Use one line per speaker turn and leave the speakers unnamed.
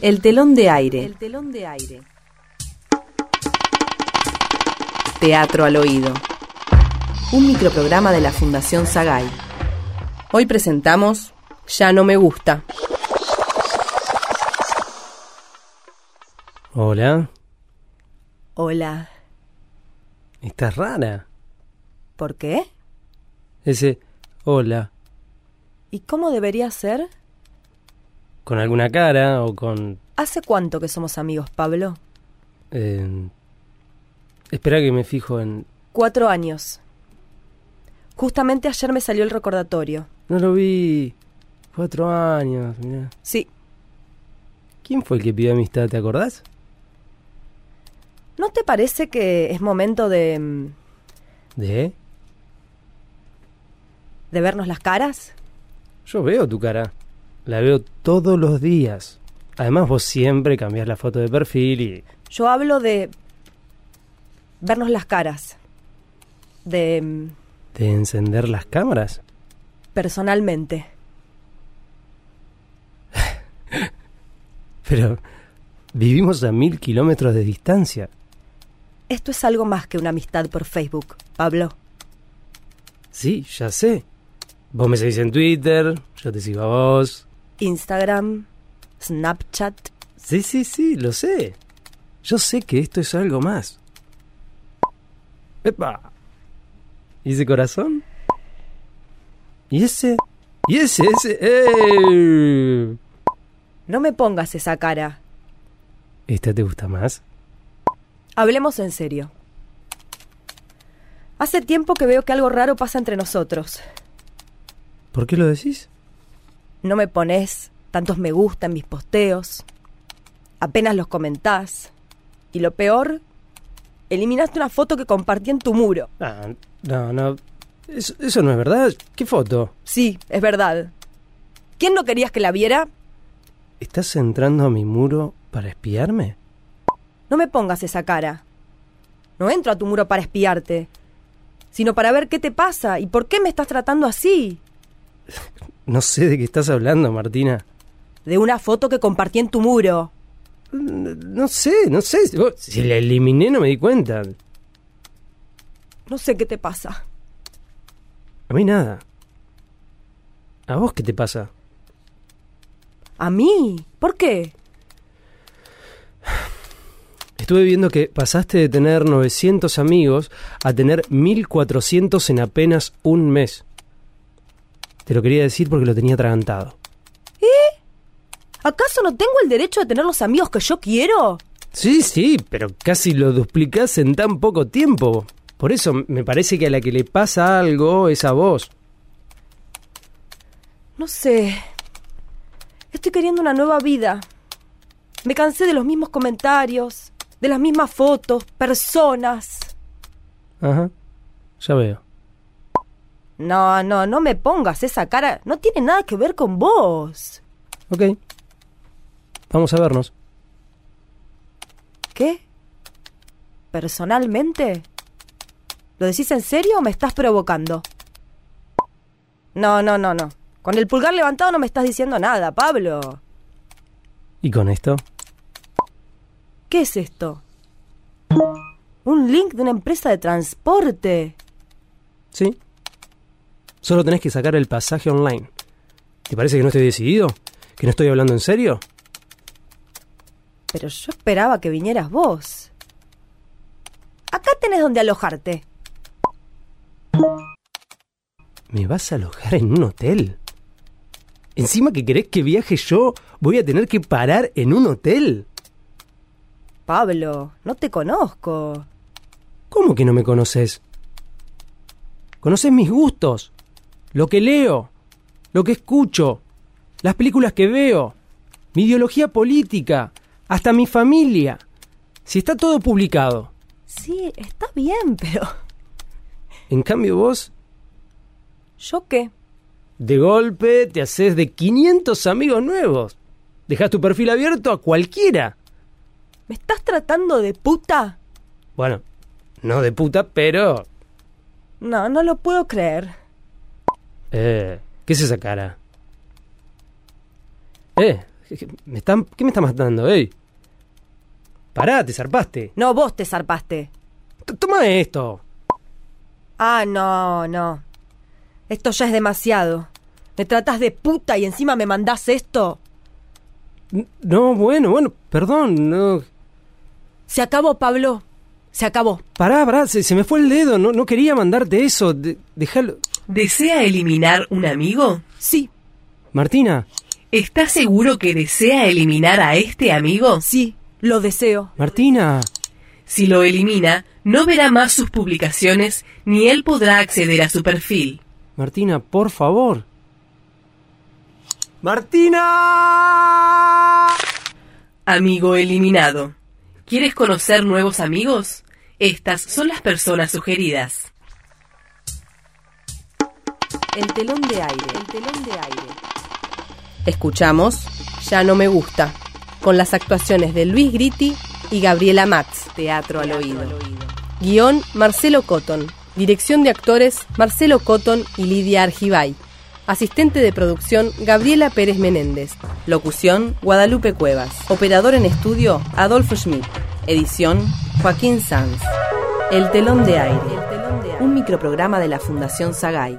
El telón de aire.
telón de aire.
Teatro al oído. Un microprograma de la Fundación Sagay. Hoy presentamos Ya no me gusta.
Hola,
Hola,
estás rara.
¿por qué?
Ese hola,
¿Y cómo debería ser?
con alguna cara o con...
¿Hace cuánto que somos amigos, Pablo?
eh, espera que me fijo en...
Cuatro años. Justamente ayer me salió el recordatorio.
No lo vi. Cuatro años, mirá.
Sí,
¿Quién fue el que pidió amistad? ¿Te acordás?
¿no te parece que es momento de... mm,
¿De?
de vernos las caras?
Yo veo tu cara. La veo todos los días. Además vos siempre cambiás la foto de perfil y...
Yo hablo de... vernos las caras. De... mm,
¿De encender las cámaras?
personalmente.
Pero vivimos a mil kilómetros de distancia.
Esto es algo más que una amistad por Facebook, Pablo.
Sí, ya sé. Vos me seguís en Twitter, yo te sigo a vos.
Instagram, Snapchat.
Sí, sí, sí, lo sé. Yo sé que esto es algo más. ¡Epa! ¿Y ese corazón? ¿Y ese? ¿Y ese? ese? ¡Eh!
No me pongas esa cara.
¿Esta te gusta más?
Hablemos en serio. Hace tiempo que veo que algo raro pasa entre nosotros.
¿Por qué lo decís?
No me pones tantos me gusta en mis posteos. Apenas los comentás. Y lo peor, eliminaste una foto que compartí en tu muro.
Ah, no, no. Eso, eso no es verdad. ¿Qué foto?
Sí, es verdad. ¿Quién no querías que la viera?
¿Estás entrando a mi muro para espiarme?
No me pongas esa cara. No entro a tu muro para espiarte, sino para ver qué te pasa y por qué me estás tratando así.
No sé de qué estás hablando, Martina.
De una foto que compartí en tu muro.
No, no sé, no sé. Oh, Si la eliminé no me di cuenta.
No sé qué te pasa.
A mí nada. ¿A vos qué te pasa?
¿A mí? ¿Por qué?
Estuve viendo que pasaste de tener 900 amigos a tener 1400 en apenas un mes. Te lo quería decir porque lo tenía atragantado.
¿Acaso no tengo el derecho de tener los amigos que yo quiero?
Sí, sí, pero casi lo duplicás en tan poco tiempo. Por eso me parece que a la que le pasa algo es a vos.
No sé. Estoy queriendo una nueva vida. Me cansé de los mismos comentarios, de las mismas fotos, personas.
Ajá. Ya veo.
No, no, no me pongas esa cara. No tiene nada que ver con vos.
Ok. Vamos a vernos.
¿Qué? ¿Personalmente? ¿Lo decís en serio o me estás provocando? No, no, no, no. Con el pulgar levantado no me estás diciendo nada, Pablo.
¿Y con esto?
¿Qué es esto? Un link de una empresa de transporte.
Sí. Solo tenés que sacar el pasaje online. ¿Te parece que no estoy decidido? ¿Que no estoy hablando en serio?
Pero yo esperaba que vinieras vos. Acá tenés donde alojarte.
¿Me vas a alojar en un hotel? ¿Encima que querés que viaje yo, voy a tener que parar en un hotel?
Pablo, no te conozco.
¿Cómo que no me conoces? Conoces mis gustos, lo que leo, lo que escucho, las películas que veo, mi ideología política, hasta mi familia. Si está todo publicado.
Sí, está bien, pero...
En cambio vos
¿Yo qué?
De golpe te haces de 500 amigos nuevos. Dejas tu perfil abierto a cualquiera.
¿Me estás tratando de puta?
Bueno, no de puta, pero...
No, no lo puedo creer.
Eh, ¿Qué es esa cara? Eh, Me están, ¿Qué me está matando, ey? Pará, te zarpaste.
No, vos te zarpaste.
T- Toma esto.
Ah, no, no. Esto ya es demasiado. Me tratás de puta y encima me mandás esto.
N- No, bueno, bueno, perdón. No.
Se acabó, Pablo. Se acabó.
Pará, pará, se, se me fue el dedo. No, no quería mandarte eso. de- déjalo.
¿Desea eliminar un amigo?
Sí,
Martina,
¿Está seguro que desea eliminar a este amigo?
sí, lo deseo.
Martina.
Si lo elimina, no verá más sus publicaciones ni él podrá acceder a su perfil.
Martina, por favor. Martina.
Amigo eliminado. ¿Quieres conocer nuevos amigos? Estas son las personas sugeridas.
El telón de aire, el telón de aire. Escuchamos Ya no me gusta, con las actuaciones de Luis Gritti y Gabriela Matz, Teatro, al, oído. Guión Marcelo Cotton, dirección de actores Marcelo Cotton y Lidia Argibay. Asistente de producción Gabriela Pérez Menéndez. Locución Guadalupe Cuevas. Operador en estudio Adolfo Schmidt. Edición Joaquín Sanz. El telón de aire. Un microprograma de la Fundación Sagay